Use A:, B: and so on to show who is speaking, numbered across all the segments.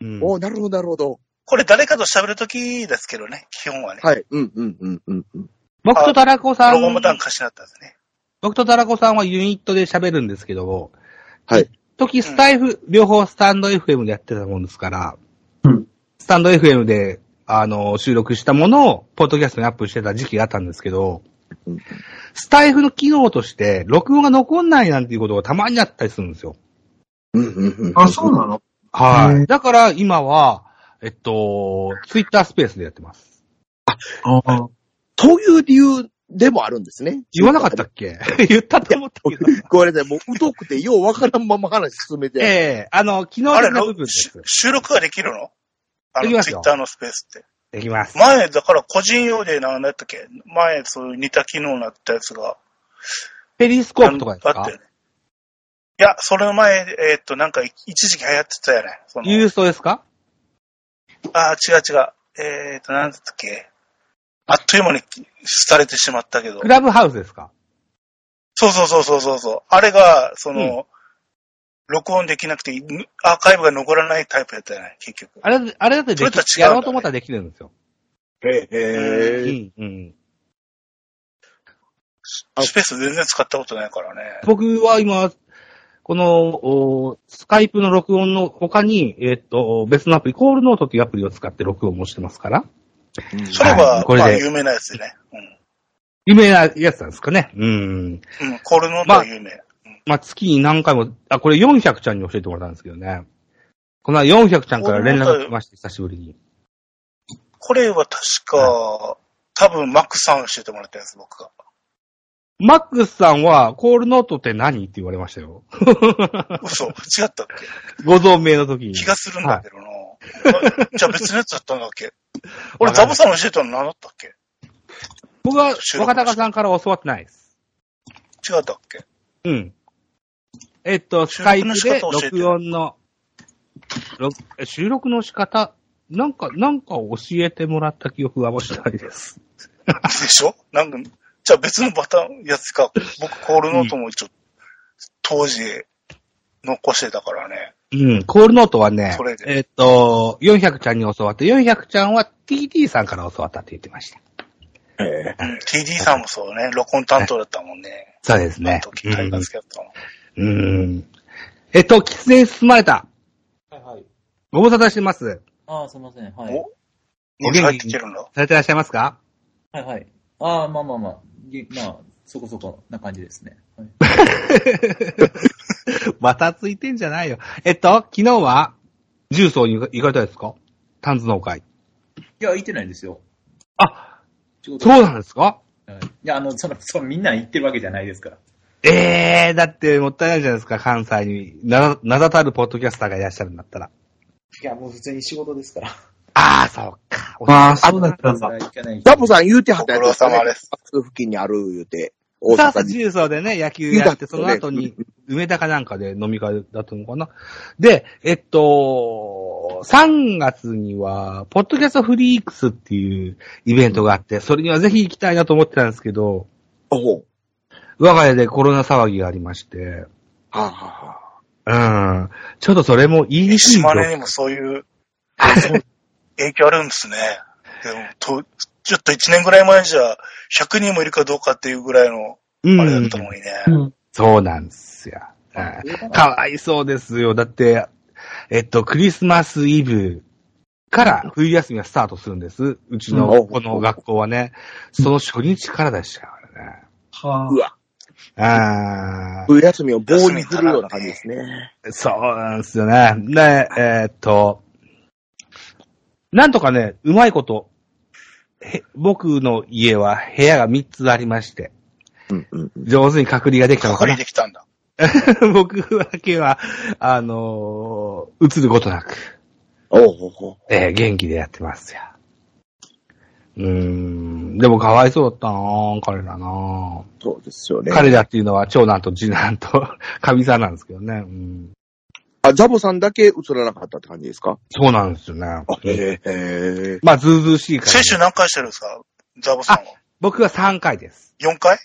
A: うん
B: おーなるほど、なるほど。
C: これ誰かと喋るときですけどね、基本はね。
B: はい。うん、うん、うん、うん。うん
C: あ
A: 僕とタラコさん
C: ロゴ、も単価しなったんですね。
A: 僕とタラコさんはユニットで喋るんですけども、
B: はい。
A: 時スタイフ、両方スタンド FM でやってたもんですから、
D: うん
A: スタンド FM で、あの、収録したものを、ポッドキャストにアップしてた時期があったんですけど、
B: うん
A: スタイフの機能として、録音が残んないなんていうことがたまにあったりするんですよ。
B: うん、うん、うん。
D: あ、そうなの
A: は
D: へ
A: い。
D: え
A: だから、今は、えっと、ツイッタースペースでやってます。
D: ああ。
B: そういう理由でもあるんですね。
A: 言わなかったっけ 言ったと思ったけど。
B: ごめんなさい。もう疎くてようわからんまま話進めて。
A: ええあの、昨日
C: あれ、
A: の
C: ろ
A: 部分です
C: し
A: よ。
C: 収録ができるのあ
A: でき
C: の、
A: ます
C: ツイ
A: よ
C: ッターのスペースって。
A: できます。
C: 前、だから個人用で何だったっけ前、そういう似た機能になったやつが。
A: ペリスコープとかです
C: あっ
A: か
C: たよね。いや、それの前、えーっと、なんか一時期流行ってたよね。その
A: ユーストですか
C: ああ、違う違う。えーっと、なんだったっけあっという間に廃れてしまったけど
A: ク。ラブハウスですか
C: そうそうそうそうそうそう。あれが、その、録音できなくて、ぬアーカイブが残らないタイプやったよね、結局。
A: あれ、あれだってでき
C: それと違うんだね
A: やろうと思ったらできるんですよ。
B: え
A: う
B: え
A: ん、うん。
B: あ
C: スペース全然使ったことないからね。
A: 僕は今、この、おスカイプの録音の他に、えっと、別のアプリ、コールノートっていうアプリを使って録音もしてますから、
C: それは、
A: はいこれで
C: まあ、有名なやつでね。
A: 有名なやつなんですかね。うん。
C: うん。うん、コールノートは有名。
A: まあ、月に何回も、あ、これ400ちゃんに教えてもらったんですけどね。この間400ちゃんから連絡が来まして、久しぶりに。
C: これは確か、多分、マックさん教えてもらったやつ、僕が。
A: マックスさんは、コールノートって何って言われましたよ。
C: 嘘、違ったっけ
A: ご存命の時に。
C: 気がするんだけどな。あじゃあ別のやつだったんだっけ俺、
A: わか
C: ザ
A: んない
C: ボさん教えたの何だったっけ
A: 僕は、若隆さんから教わってないです。
C: 違ったっけ
A: うん。えっと、ス
C: 収
A: カイ
C: 録
A: プ
C: の仕
A: で
C: 方教えて
A: 録音の、録え収録の仕方、なんか、なんか教えてもらった記憶はもしないです。
C: でしょなんか、じゃあ別のパターンやつか。僕、コールノートも一応、当時、残してたからね。
A: うん、コールノートはね
C: それ、で
A: えっと、400ちゃんに教わって、400ちゃんは TT さんから教わったって言ってました。
C: うん、TD さんもそうね、録音担当だったもんね。
A: そうです
C: あの
A: ね。
C: 時、タイガースキャットもん。
A: うん。えっと、喫煙に包まれた。
E: はいはい。
A: ご無沙汰してます。
E: ああ、すいません。はい。
C: おもう帰ってきてるんだ。
A: されてらっしゃいますか
E: はいはい。ああ、まあまあまあ。ぎまあ、そこそこな感じですね。 はい、
A: またついてんじゃないよ。えっと、昨日は、重曹に行かれたんですかタンズ農会。
E: いや、行ってないですよ。
A: あ、
E: 仕事
A: そうなんですか
E: はいいや、あの、その、そう、みんな行ってるわけじゃないですから。
A: ええー、だってもったいないじゃないですか、関西に。な、名だたるポッドキャスターがいらっしゃるんだったら。
E: いや、もう普通に仕事ですから。
A: ああ、そうか。
D: ああ、そうだったんだ。
E: 行かない
B: ダボさん言うてはった
C: ご苦
B: やつで
C: 労
B: すかね
C: 様です。
B: バス付近にある言うて、大
A: さあ、
B: 阪に。
A: 重曹でね、野球やって、その後に、梅田かなんかで飲み会だったのかな。で、えっと、3月には、ポッドキャストフリークスっていうイベントがあって、それにはぜひ行きたいなと思ってたんですけど、
B: おう
A: 我が家でコロナ騒ぎがありまして、
B: はあはあはあ
A: うん。ちょっとそれも言いにくい
C: 島根
A: 状
C: にもそういう影響あるんですね。でもとちょっと1年ぐらい前じゃ、100人もいるかどうかっていうぐらいの、
A: う
C: あれだ
A: ん
C: った。のにね。
D: うん。
A: そうなんですよ。うん
E: です
A: かわいそうですよ。だって、えっと、クリスマスイブから冬休みがスタートするんです。うち
B: う
A: の
B: ん
A: この学校はね、その初日からでしたからね。
D: は
B: うわ、
A: あー
B: 冬休みを棒に振るような感じですね。
A: そうなんですよね。ね、えーっと、なんとかね、うまいこと、へ僕の家は部屋が3つありまして、
B: うんうんうん。
A: 上手に隔離ができたの
C: 隔
A: かな
C: 離できたんだ。
A: 僕だけは、あのー映ることなく、
B: おうほうほう。
A: えー元気でやってますよ。うーん。でもかわいそうだったな彼らな
B: そうですよね。
A: 彼らっていうのは長男と次男と 神さんなんですけどね。うん。
B: あ、ザボさんだけ映らなかったって感じですか
A: そうなんですよね。
B: へえ。へえ。
A: まあ、ずうずうしいから、
C: 選手何回してるんですかザボさんは。
A: 僕は3回です。
C: 4回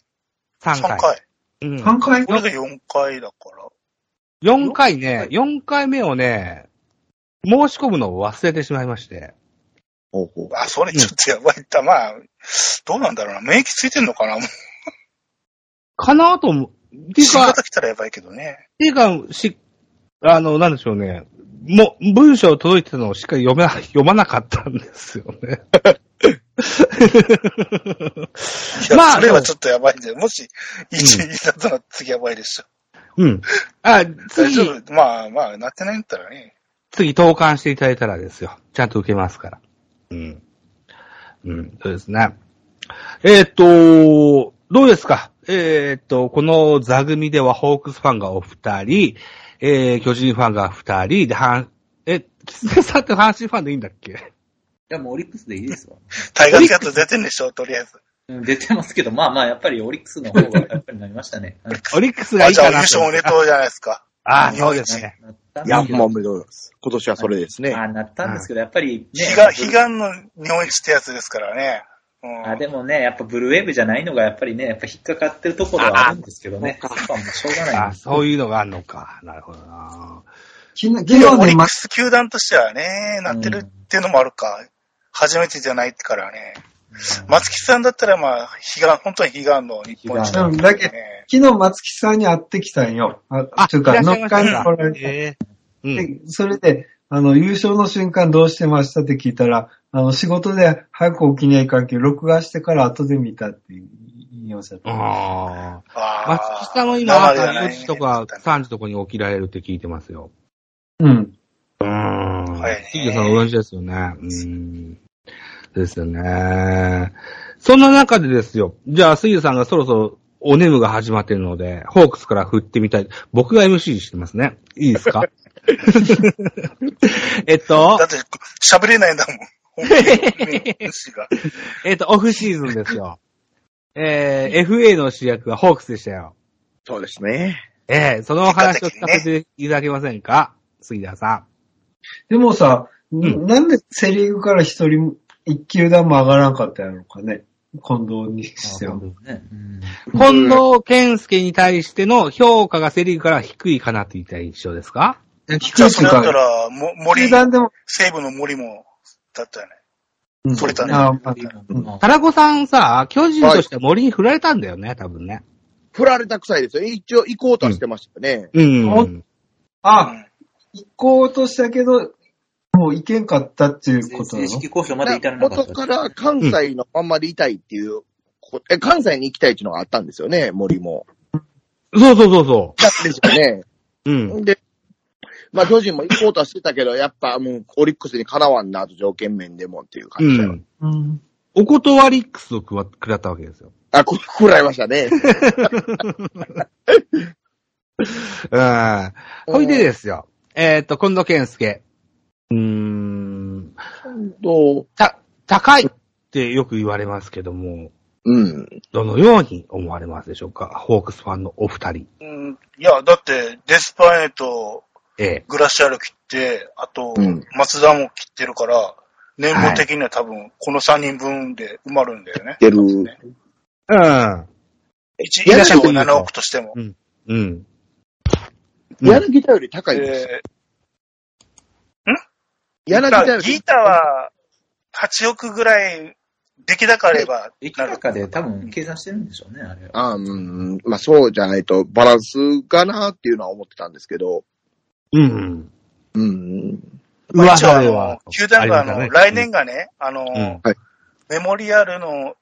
A: 3
C: ?3
A: 回。
C: 回。
A: うん、
D: 3回
C: 俺が4回だから。
A: 4回ね、4回目をね、申し込むのを忘れてしまいまして。
B: ほうほう。
C: あ、それちょっとやばいった。まあ、どうなんだろうな。免疫ついてんのかなもう
A: かなと思う。っていう
C: 新
A: か、っ
C: 型来たらやばいけどね。
A: ていうか、し、あの、なんでしょうね。もう、文章届いてたのをしっかり読めな、 読まなかったんですよね。
C: い や、
A: まあ
C: それはちょっとやばいんで、もし、1、2だったら次やばいですよ。
A: うん。あ、
C: 大丈
A: 次、
C: 夫。まあまあ、なってないんだったらね。
A: 次投函していただいたらですよ。ちゃんと受けますから。うん。うん、そうですね。えーっ、と、どうですかえーっ、と、この座組ではホークスファンがお二人、えー、巨人ファンが二人、で、はん、え、キツネさんって阪神ファンでいいんだっけ
E: や、もうオリックスでいいですわ。
C: タイガースやっと出てんでしょ、とりあえず。
E: うん出てますけど、まあまあ、やっぱりオリックスの方がやっぱりなりましたね。うん
A: オリックスがい
C: あ、
A: い
C: じゃ
A: か
C: あ優
A: な
C: 勝おめでとうじゃないですか。
A: ああ、そうですね。
E: なった
B: い
E: んです
B: や、
E: け
B: まあ、
E: ど
B: おめでとうございます。今年はそれですね。
E: あ、なったんですけど、やっぱりね。
C: 悲願、悲願の日本一ってやつですからね。うん。
E: あでもね、やっぱブルーウェーブじゃないのが、やっぱりね、やっぱ引っかかってるところはあるんですけどね。やっぱもうしょうが
A: あ
E: ない
A: あ、。そういうのがあるのか。なるほどな。
D: き昨
C: でも
D: 日
C: オリ
D: ね、
C: ッ
D: ま
C: ク、ス球団としてはね、なってるっていうのもあるか。初めてじゃないからね。松木さんだったら、まあ、悲願、本当に悲願の日本一
E: 悲
D: 願だけ
C: ね
D: 昨日松木さんに会ってきたんよ。あ、というか、
A: いら
D: 乗
A: っ
D: っ
A: しゃいま
D: か
A: し
D: り
A: た
D: 来られて。
A: ええうん。
D: でそれで、あの、優勝の瞬間どうしてましたって聞いたら、あの、仕事で早く起きない関係、録画してから後で見たって言いました。
A: ああ。
C: あー
A: 松下も今、
C: 生ではない
A: 4時とか3時とかに起きられるって聞いてますよ。
D: うん。
A: うーん。
C: はい
A: 杉田さん同じですよね。うーん。ですよね。そんな中でですよ。じゃあ、杉田さんがそろそろお眠が始まってるので、ホークスから振ってみたい。僕が MC してますね。いいです か えっと
C: だ、って、喋れないんだもん。本 当にね主が
A: えっと、オフシーズンですよ。えー、FA の主役はホークスでしたよ。
B: そうですね。
A: ええそのお話を聞かせていただけませんか、杉田さん。
D: でもさ、
A: ん
D: なんでセリーグから一人も、一球団も上がらんかったやろうかね。近藤にしては。
E: ねうん
A: 近藤健介に対しての評価がセリーグから低いかなといった印象ですか
D: え低
C: じゃあ、
D: いって
C: そ
D: い
C: れ
D: う
C: だった
D: か、
C: ら、も
D: 球
C: 森、
D: 団でも、
C: 西武の森も、だったよね。
D: うん
C: 取れたね
D: あまあ
E: うん
A: タラコさんさ、巨人としては森に振られたんだよね、多分ね。
B: 振られたくさいですよ。一応行こうとはしてましたよね。
A: うん。
C: う
D: あ、
C: ん
D: 行こうとしたけど、もう行けんかったっていうこと
E: 正
D: なの
E: 式交渉まで至らなかった。
B: 元から関西のまんまでいたいっていう、こえ、関西に行きたいっていうのがあったんですよね、森も。
A: そうそうそうそ
B: だったんですよね。
A: う。うん。
B: で、まあ、巨人も行こうとはしてたけど、やっぱもう、オリックスにかなわんなと、条件面でもっていう
A: う
B: 感じだよ。
A: ん。
D: うん。
A: お断りックスをくわ食らったわけですよ。
B: あ、こ、食らいましたね。
A: うん。ほいでですよ。えっ、と、近藤健介。うーん。
B: どう
A: た、高いってよく言われますけども、
B: うん。
A: どのように思われますでしょうかホークスファンのお二人。
C: うんいや、だって、デスパイネと
A: ええ。
C: グラシアル切って、あと
B: うん、
C: 松田も切ってるから、年俸的には多分、この3人分で埋まるんだよね。
B: 出る。
A: うん。い
C: 1
A: らっしゃるとい
C: 兆
A: いですよ
C: 7億としても。
A: うん。
B: 柳田より高いです。
C: で
B: 柳田より。
C: ギターは、8億ぐらい、出来高あれば、
E: 駅
C: なる。
E: 中で多分計算してるんでしょうね、あれは。
B: あうんうん、まあそうじゃないとバランスかなっていうのは思ってたんですけど、
A: うん。
B: うん。
C: まあ一応
A: 噂
C: あ
A: で
C: の
A: は。
C: 球団があ
A: あ
C: の、
A: りましたね
C: 来年がね、あの、
A: ん
B: はい
C: メモリアルの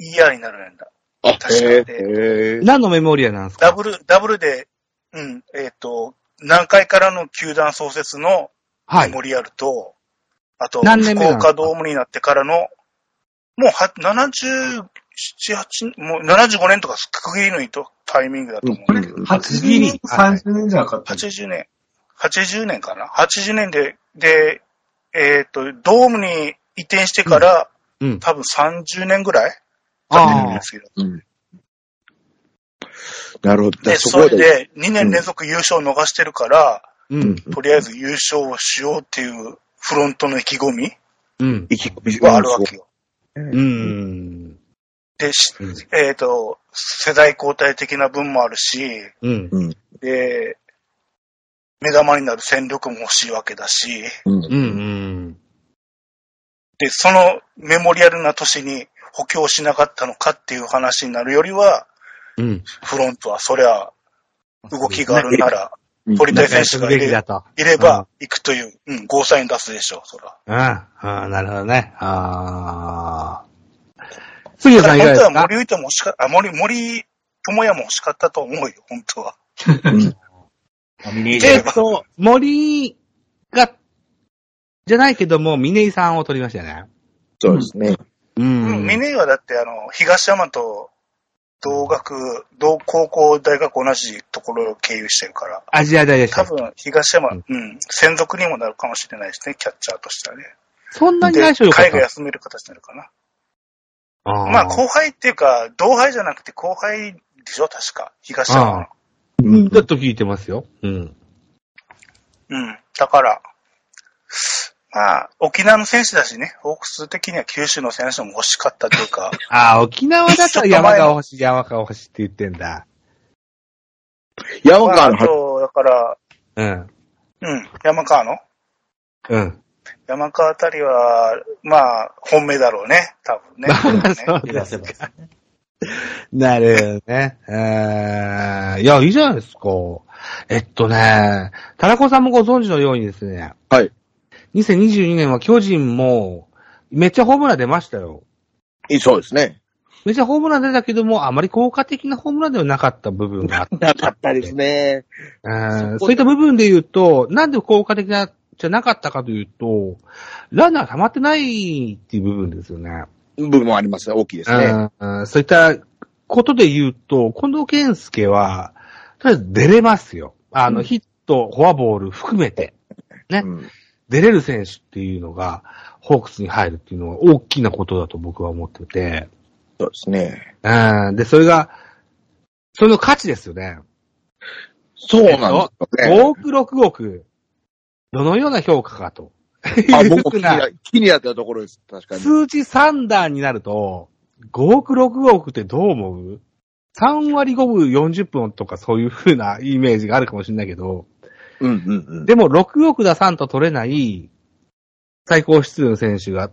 C: ER になるんだ。
B: あ、
C: 確かに
B: へえ。へえ
A: 何のメモリアなんです
C: ダ
A: か
C: ブル、ダブルで、うん、えっ、と、南海からの球団創設の
A: は
C: メ
A: い。
C: モリアルと、あと、
A: 何年目
C: 福
A: なんですか
C: 岡ドームになってからの、もうは、77、8、もう75年とか区切りのいいとタイミングだと思う。
B: うん
D: 80年、30年じゃなかったっけ。
C: 80年、80年かな ?80 年で、で、えっ、と、ドームに移転してから、
A: うん。
C: 多分30年ぐらい経ってるん
A: あ
C: で
A: あ。
C: すけど。
B: なるほど。
C: で、それ。で2年連続優勝を逃してるから、
A: うん。
C: とりあえず優勝をしようっていうフロントの意気込み
A: うん。
B: 意気込み
C: はあるわけよ。
A: うん。
C: で、しえっ、と、世代交代的な分もあるし、
A: うん。
B: うん。
C: で、目玉になる戦力も欲しいわけだし、
B: うん
A: うんうん。
C: で、そのメモリアルな年に補強しなかったのかっていう話になるよりは、
A: うん。
C: フロントはそりゃ、動きがあるなら、
B: うん
C: 取りたい選手
A: す
C: が
A: る
C: い
A: べき
C: れ
A: だと。
C: いれば行くという、うん、ゴーサイン出すでしょう、そら。
A: うん。うん、なるほどね。あー。杉
C: だ
A: 野
C: か
A: さ
C: ら
A: んいかが
C: 本
A: で
C: 当
A: すか
C: は森内も欲しか、あ、森、森友也も欲しかったと思うよ、本当は。
E: まあミネージ
A: え
E: ャ
A: っと、森が、じゃないけども、峰井さんを取りましたよね。
B: そうですね。
A: う
C: うん、
A: ん。
C: 峰井はだって、あの、東山と同学、同高校、大学同じところを経由してるから、
A: アジア大でした。
C: 多分東山、
A: う
C: うんん、専属にもなるかもしれないですね、キャッチャーとしてはね。
A: そんなに
C: で
A: 相性良かっ
C: 海
A: た
C: 外休める形になるかな。
A: あー
C: まあ、後輩っていうか、同輩じゃなくて後輩でしょ、確か。東山の
A: あ。うんだと聞いてますよ。うん。
C: うん。だから、まあ、沖縄の選手だしね、ホークス的には九州の選手も欲しかったという か、
A: ああ、沖縄だったら山が欲しい、山が欲しいって言ってんだ。
B: 山
C: まあ、
B: 川
C: あ
B: の初
C: と、だから、
A: うん。
C: うん、山川の
A: うん。
C: 山川あたりは、まあ、本命だろうね、多分 ね。
A: まあそう
E: ー
A: で
E: 出
A: す
E: せば。
A: なるほどね。えー、いや、いいじゃないですか。えっとね、タラコさんもご存知のようにですね。
B: はい。
A: 2022年は巨人も、めっちゃホームラン出ましたよ。
B: そうですね。
A: めっちゃホームラン出たけども、あまり効果的なホームランではなかった部分があ って
B: なかったですね。
A: うんそういった部分で言うと、なんで効果的な、じゃなかったかというと、ランナー溜まってないっていう部分ですよね。
B: 部分もありますね。大きいですね。
A: うんうんそういったことで言うと、近藤健介は、とりあえず出れますよ。あの、
B: うん
A: ヒット、フォアボール含めて、ね
B: うん
A: 出れる選手っていうのが、ホークスに入るっていうのは大きなことだと僕は思ってて、
B: そうですね。
A: うん、で、それが、それの価値ですよね。
B: そうなんです
A: 5
B: よね。
A: 億、6億、どのような評価かと。
B: あ、
A: いう
B: 僕
A: ふ
B: も気
A: う
B: にな
A: な、
B: 気になってたところです。確かに。
A: 数字3段になると、5億、6億ってどう思う ?3 割5分40分とかそういう風なイメージがあるかもしれないけど、
B: うんうんうん。
A: でも6億出さんと取れない最高出場の選手が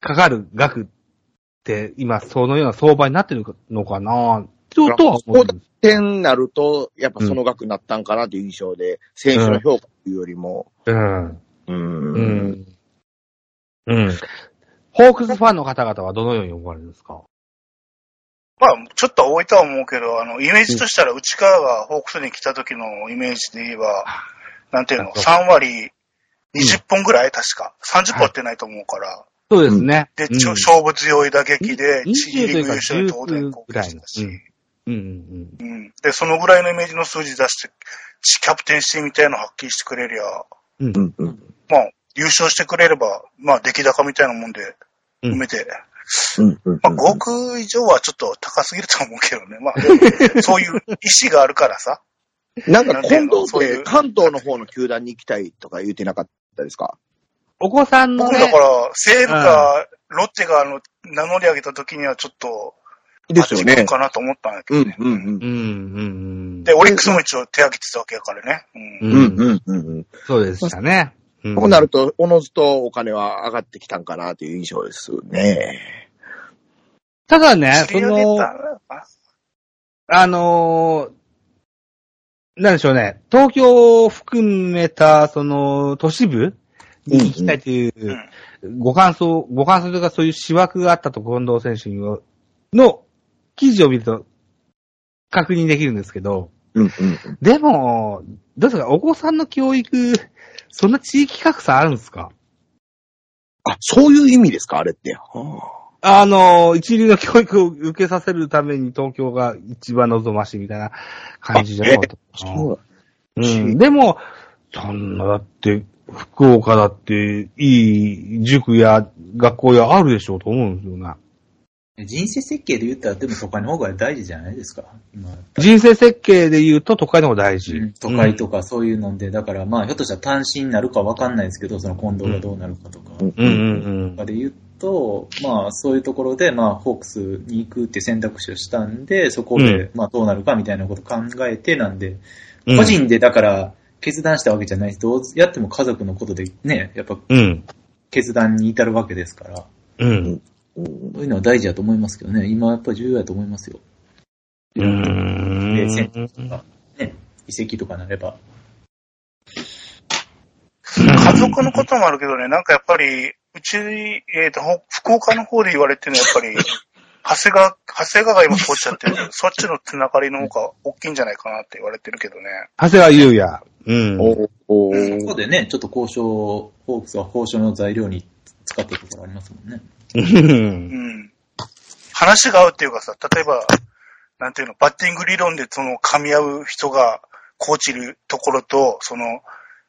A: かかる額って今そのような相場になってるのかなととは思うんです。
B: 点になると、やっぱその額になったんかなという印象で、選手の評価というよりも、
A: うん。
B: うん
A: うん。うん。ホークスファンの方々はどのように思われるんですか
C: まあ、ちょっとは置いとは思うけど、あの、イメージとしたら、内川がホークスに来た時のイメージで言えば、なんていうの、
A: あそう
C: 3割20本ぐらい確か。30本打ってないと思うから。
A: そうですね。
C: で、
A: うん
C: ちょ勝負強い打撃で、
A: 20
C: チリーグ優勝に
A: と
C: 当
A: いう
C: 然
A: か19
C: 貢献したし
A: ぐらいの。うんうん
C: うん。で、そのぐらいのイメージの数字出して、キャプテンシーみたいなの発揮してくれりゃ、
A: うん。う。
B: うんんうん
C: まあ、優勝してくれれば、まあ、出来高みたいなもんで、
A: うん
C: 埋めて、
B: うんうん
C: まあ、5億以上はちょっと高すぎると思うけどね。まあ、でもそういう意思があるからさ。
B: なんか近
C: なんていうの
B: 藤
C: そうい
B: で
C: う
B: 関東の方の球団に行きたいとか言ってなかったですか
A: お子さんの
C: 僕
A: ね
C: だから、西武か、ロッテがあの、名乗り上げた時にはちょっと、
B: ですよ
C: あっち行
B: ね
C: く。かなと思ったんだけ
B: う
C: ど
B: ん
C: ね。
B: うんう
A: う
B: ん。
A: んうん
C: で、オリックスも一応手挙げてたわけやからね。
A: う。
C: うんん。
A: うん。
B: うんうんうん。
A: そうでしたね。うん
B: そうなると、おのずとお金は上がってきたんかなという印象ですね。
A: ただね、
C: 釣
A: そ
C: り上げた
A: の、
C: ら、
A: あのーなんでしょうね、東京を含めた、その、都市部に行きたいといううんご感想、ご感想というかそういう私枠があったと近藤選手のの記事を見ると確認できるんですけど、
B: うんうんうん。
A: でも、どうですか、お子さんの教育、そんな地域格差あるんですか
B: あ、そういう意味ですかあれって。は
A: あの、一流の教育を受けさせるために東京が一番望ましいみたいな感じじゃなかった
B: あ
A: かな
B: そう
A: うん。でも、そんな、だって、福岡だって、いい塾や学校やあるでしょうと思うんですよね。
E: 人生設計で言ったら、でも都会の方が大事じゃないですか。今
A: 人生設計で言うと都会の方が大事。
E: 都会とかそういうので、だからまあ、ひょっとしたら単身になるかわかんないですけど、その近藤がどうなるかとか。
A: うん。うんうん
E: とかで言うと、まあ、そういうところで、まあ、ホークスに行くっていう選択肢をしたんで、そこで、
A: う
E: まあ、どうなるかみたいなことを考えてなんで、
A: うん。
E: 個人でだから、決断したわけじゃない。どうやっても家族のことでね、やっぱ
A: うん。
E: 決断に至るわけですから、そ
A: うん。
E: ういうのは大事だと思いますけどね。今やっぱり重要だと思いますよ。
A: うーん。
E: ね戦闘とか、ね、遺跡とかなれば。
C: 家族のこともあるけどね、なんかやっぱり、うち、えっ、と、ほ福岡の方で言われてるのはやっぱり、 長谷川、長谷川が今こうしちゃってるけど、そっちのつながりの方が大きいんじゃないかなって言われてるけどね。
A: 長谷川優也。うん。
B: おお
E: そこでね、ちょっと交渉、ホークスは交渉の材料に使っていくところありますもんね。
A: うん
C: うん。話が合うっていうかさ、例えば、なんていうの、バッティング理論でその噛み合う人が、コーチいるところと、その、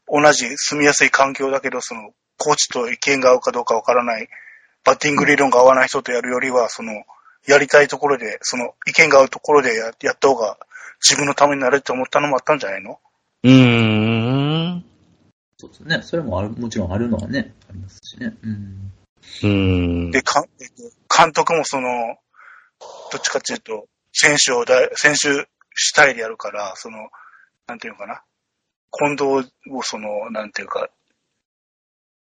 C: 同じ住みやすい環境だけど、その、コーチと意見が合うかどうかわからない、バッティング理論が合わない人とやるよりは、その、やりたいところで、その、意見が合うところでややった方が、自分のためになるって思ったのもあったんじゃないの
A: うーん。
E: そうですね。それもある、もちろんあるのはね、ありますしね。うん。
A: うん。
C: で、かんえっと監督もその、どっちかっていうと、選手をだい、選手主体でやるから、その、なんていうのかな。近藤をその、なんていうか、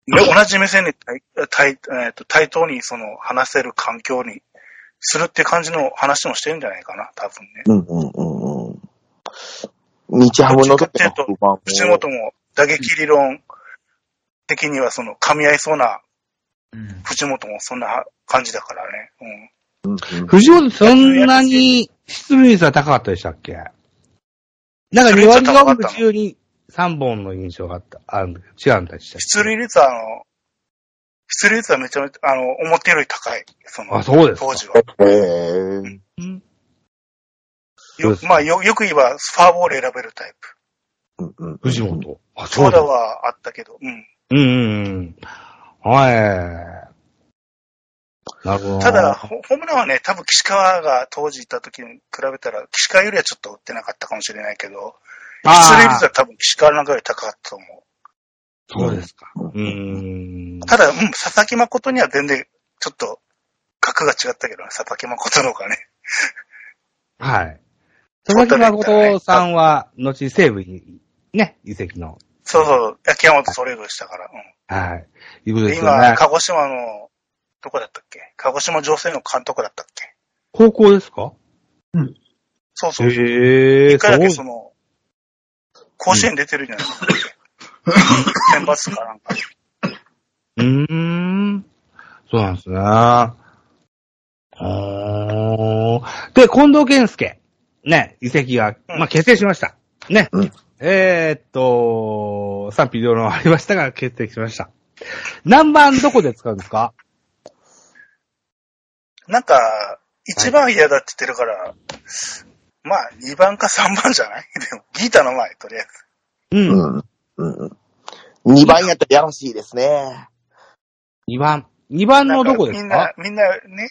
C: め同じ目線で対対,、えっと対等にその話せる環境にするって感じの話もしてるんじゃないかな、多分ね。
B: うんうんうんうん。日ハムの時の不満も
C: 藤本も打撃理論的にはその噛み合いそうな
E: うん。
C: 藤本もそんな感じだからね。うん。
B: うんうん
A: 藤本そんなに出塁率は高かったでしたっけなんか2割4分中に3本の印象があった。あるんだけど違うんだでしたっけ
C: 出塁率は、あの、出塁率はめちゃめちゃ、あの、思ってるより高い。その、
A: あ、そうですか。
C: 当時は。
B: へえ。
A: うんそう
C: よ
A: です
C: まあよ、よく言えば、ファーボール選べるタイプ。
B: うんうんうん
A: 藤本。あ、そ
C: 長
A: うだ
C: 打。はあったけど、うん。
A: うんうんうん。はい。なるほど。
C: ただ、、ホホームランはね、多分岸川が当時いた時に比べたら、岸川よりはちょっと打ってなかったかもしれないけど、出塁率
A: ああ
C: は多分岸川なんかより高かったと思う。
A: そうですか。うーん。
C: ただ、うん、佐々木誠には全然、ちょっと、額が違ったけどね、佐々木誠の方がね。
A: はい。佐々木誠さんは、後西武に、ね、移籍の、
C: そうそう、秋山とトレードしたから、うん。
A: はい、いうことですよ
C: 今、
A: ね。
C: 鹿児島の、どこだったっけ鹿児島女性の監督だったっけ
A: 高校ですか
C: そうそうそう。
A: へえ
C: 一回だけ
A: ー、
C: そ
A: そう。
C: の、甲子園出てるじゃないですか。選抜かなんか。
A: うーん。そうなんですね。おーで、近藤健介。ね、移籍が、
C: うん
A: まあ、決定しました。ね。
B: うん
A: えーっと、賛否両論ありましたが、決定しました。何番どこで使うんですか
C: なんか、一番嫌だって言ってるから、まあ、2番か3番じゃない でも、ギータの前、とりあえず。
A: うん。
B: うんうんうん。2番やったらやらしいですね。
A: 2番。2番のどこで
C: み
A: す
C: ん
A: か
C: な、みんなね、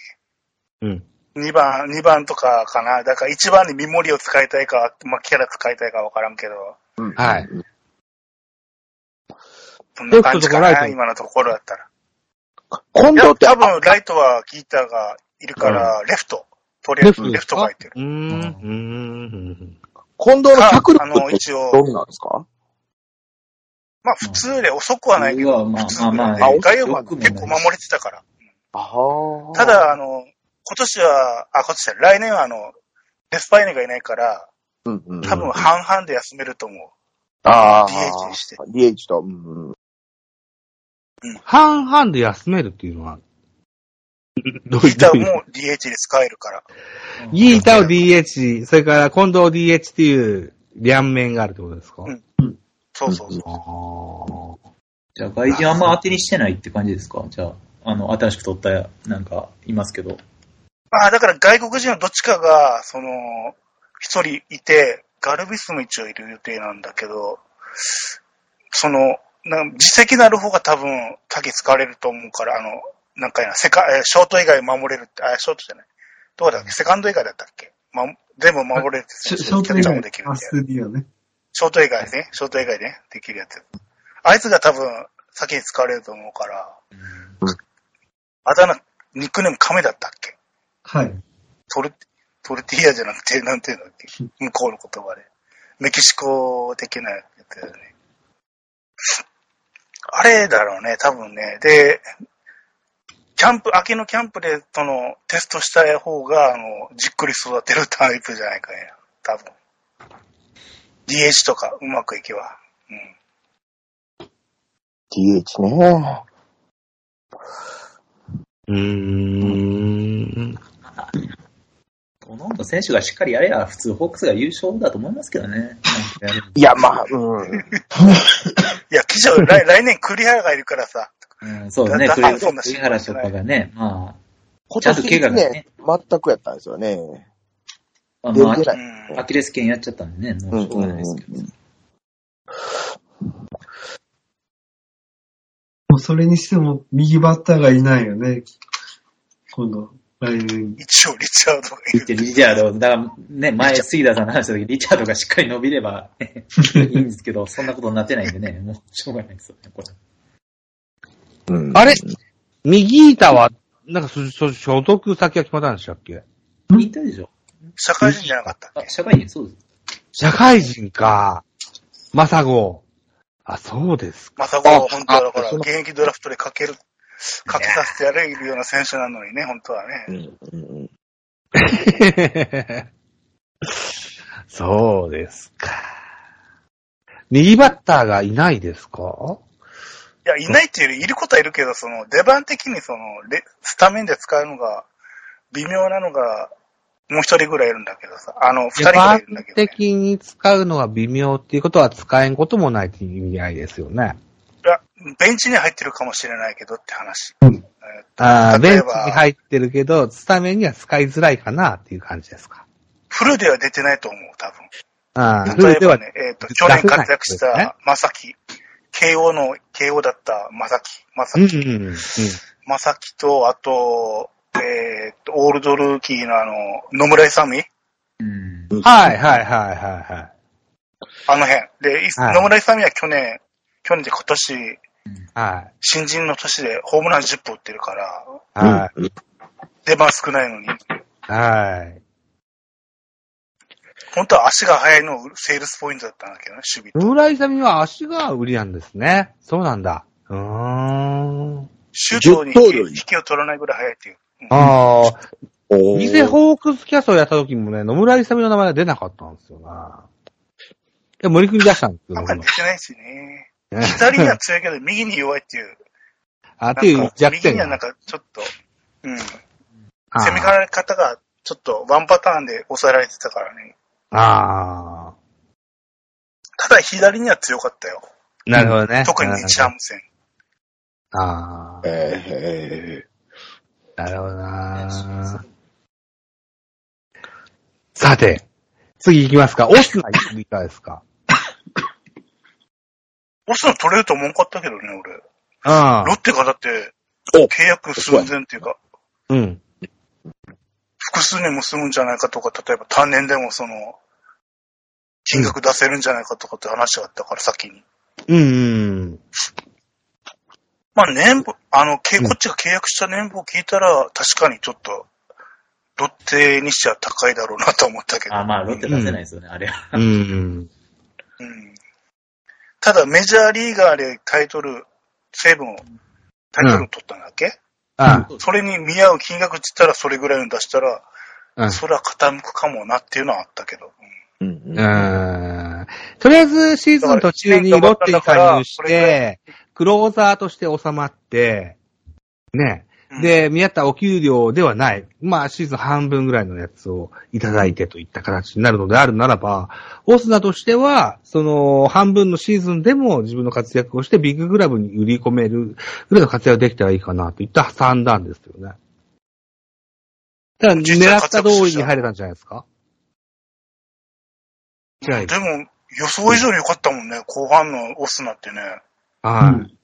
A: うん。
C: 2番、二番とかかな。だから1番にメモリを使いたいか、まあ、キャラ使いたいかわからんけど、
A: はい。
C: そんな
A: レフ
C: 感じか
A: トとかラ
C: な、
A: イト
C: 今のところだったら。
B: 今
C: い
B: 度
C: や、
B: って、
C: 多分、ライトはギーターがいるから、レフト。とりあえ
A: レフ
C: ず、
A: ト
C: レ
A: で
C: フ
A: す
C: ト
A: か
C: が入ってる。
A: うーん。うーん。
B: 近藤の脚
C: あの
B: 力って
C: 一応
B: どうなんですか
C: まあ、普通で遅くはないけ
E: うわ
C: ど、
E: まあ
C: 普通ぐらい
E: まあ
B: まあ
C: で外野は
E: よくもない
C: 結構守れてたから。
B: ああ。
C: た、だ、あの、今年は、あ、今年は、来年は、あの、デスパイネがいないから、
B: うんうん、
C: 多分半々で休めると思う。
B: ああ。
C: DH にして。
B: DH と、うんうん。
A: 半々で休めるっていうのは、どうい
C: ギ
A: う
C: ーター
A: どういう
C: も DH で使えるから。
A: ギータを DH、それから近藤 DH っていう両面があるってことですか、
C: うんそうそうそう。
A: あー
E: じゃあ外人あんま当てにしてないって感じですかじゃあ、あの、新しく取った、なんか、いますけど。
C: まあ、だから外国人のどっちかが、その、一人いて、ガルビスも一応いる予定なんだけど、その、なん実績のある方が多分、先使われると思うから、あの、なんかやな、セカ、えーショート以外守れるって、あ、ショートじゃない。どうだっけセカンド以外だったっけ、ま、全部守れるって、
D: ショ
C: キ
D: ショート
C: ャッ
D: 以
C: チャーも
D: 外
C: でき、る
D: ア
C: みたいな
D: スリーをね。
C: ショート以外ね、ショート以外ね、できるやつ。あいつが多分、先に使われると思うから、あだ名、ニックネーム亀だったっけ
D: はい。
C: トル、トルティーヤじゃなくて、なんていうんだっけ向こうの言葉で。メキシコ的なやつだよね。あれだろうね、多分ね。で、キャンプ、秋のキャンプで、その、テストしたい方が、あの、じっくり育てるタイプじゃないかね。多分。DH とか、うまくいけば。うん。
B: DH ね。
A: うーん。
E: なんか選手がしっかりやれば、普通ホークスが優勝だと思いますけどね。
B: いや、まあ、うん。
C: いや、記者、来来年栗原がいるからさ。
E: うん、そうだね、
C: だ
E: 栗
C: そんな
E: 栗原とかがね、ま
B: 今
E: ちゃんと怪
B: 年
E: 我がね
B: ね、全くやったんですよね。
E: あ、まあ
B: 出
E: ま
B: て
E: あ、
B: ない。
E: アキレス腱やっちゃったんでね、もうしょうがないですけど。
D: もうそれにしても、右バッターがいないよね。今度、来年。
C: 一応リチャードがい
E: リ
C: る。
E: チリチャード、だからね、前、杉田さんの話した時、リチャードがしっかり伸びれば、ねいいんですけど、そんなことになってないんでね、もうしょうがないですよね、これ。
B: うん
A: あれ右板は、なんか、そそ所属先が決まったんでしたっけ
E: 引退でしょ
C: 社会人じゃなかったっ
E: あ
C: け、
E: 社会人、そうです。
A: 社会人か。まさご。あ、そうです。
C: まさか、本当はだか
B: あ
C: ら、
B: その
C: 現役ドラフトでかける、かけさせてやれるような選手なのにね、本当は
B: う
C: ね。
B: んうん
A: そうですか。右バッターがいないですか
C: いや、いないっていうより、いることはいるけど、その、出番的にその、レスタメンで使うのが、微妙なのが、もう一人ぐらいいるんだけどさ、あの、二人ぐらいいるんだけど、ね。
A: 的に使うのは微妙っていうことは使えんこともないっていう意味合いですよね。
C: いや、ベンチに入ってるかもしれないけどって話。
A: ああ、
C: 例
A: ベ
C: え
A: ンチ
C: ば
A: に入ってるけど、スタメンには使いづらいかなっていう感じですか。
C: フルでは出てないと思う、多分。
A: ああ、
C: 例え
A: で
C: ば
A: は、
C: ね、えっ、と、去年活躍し
A: 出せない
C: た、正木、慶応の、慶応だった正木、
A: うん、
C: 正
A: う
C: 木、
A: ん、うん。
C: 正木と、あと、えっ、と、オールドルーキーのあの、野村勇美
E: うん。
B: うん。
A: はい、はい、はい、はい、はい。
C: あの辺。で、い
A: はい
C: 野村勇美は去年、去年で今年、
A: はい。
C: 新人の年でホームラン10本打ってるから、
A: はい。
B: い。
C: 出番少ないのに、
A: はい。
C: 本当は足が速いのをセールスポイントだったんだけどね、守備と。
A: 野村勇は足が売りなんですね。そうなんだ。うーん。
C: 周東に
B: 10盗塁
C: 引き引きを取らないぐらい速いっていう。うん
A: ああ、
B: おー
A: ニセホークスキャストをやった時もね、野村勇の名前が出なかったんですよな。いや、無理くり出したんですけど
C: なんか出てないしね。
A: ね
C: 左には強いけど、右に弱いっていう。
A: あ、っていう弱
C: 右
A: 点
C: には
A: が。
C: なんかちょっと、うん。
A: あー
C: 攻められ方がちょっとワンパターンで抑えられてたからね。
A: あ
C: ただ左には強かったよ。
A: ーなるほどね。
C: 特にシャーム戦。
A: ああ、
B: え
A: なるほどな。さて、次行きますか。オスナいかがですか
C: オスナ取れると思わんかったけどね、俺。ロッテがだって、
B: お
C: 契約寸前っていうか、
A: うん。うん。
C: 複数年も済むんじゃないかとか、例えば単年でもその、金額出せるんじゃないかとかって話があったから、先に。
A: うん。
C: まあ年俸、あの、け
A: うん
C: こっちが契約した年俸聞いたら、確かにちょっと、ロッテにしては高いだろうなと思ったけど。
E: あ、まあ、ロッテ出せないですよね、あれは。
A: うん。うん。
C: うん。ただ、メジャーリーガーでタイトル、セブンを、タイトルを取ったんだっけ、
A: あ
C: それに見合う金額って言ったら、それぐらいの出したら、
A: あ、うん。
C: それは傾くかもなっていうのはあったけど。うん
B: ーうん
A: うーんとりあえずシーズン途中にロッテに加入して、クローザーとして収まって、ね。
C: うん、
A: で、見合ったお給料ではない。まあ、シーズン半分ぐらいのやつをいただいてといった形になるのであるならば、オスナとしては、その、半分のシーズンでも自分の活躍をして、ビッググラブに売り込めるぐらいの活躍ができたらいいかなといった算段ですよね。だから、狙った通りに入れたんじゃないですか違う
C: でも、予想以上に良かったもんね、後半のオスナってね。
A: はい。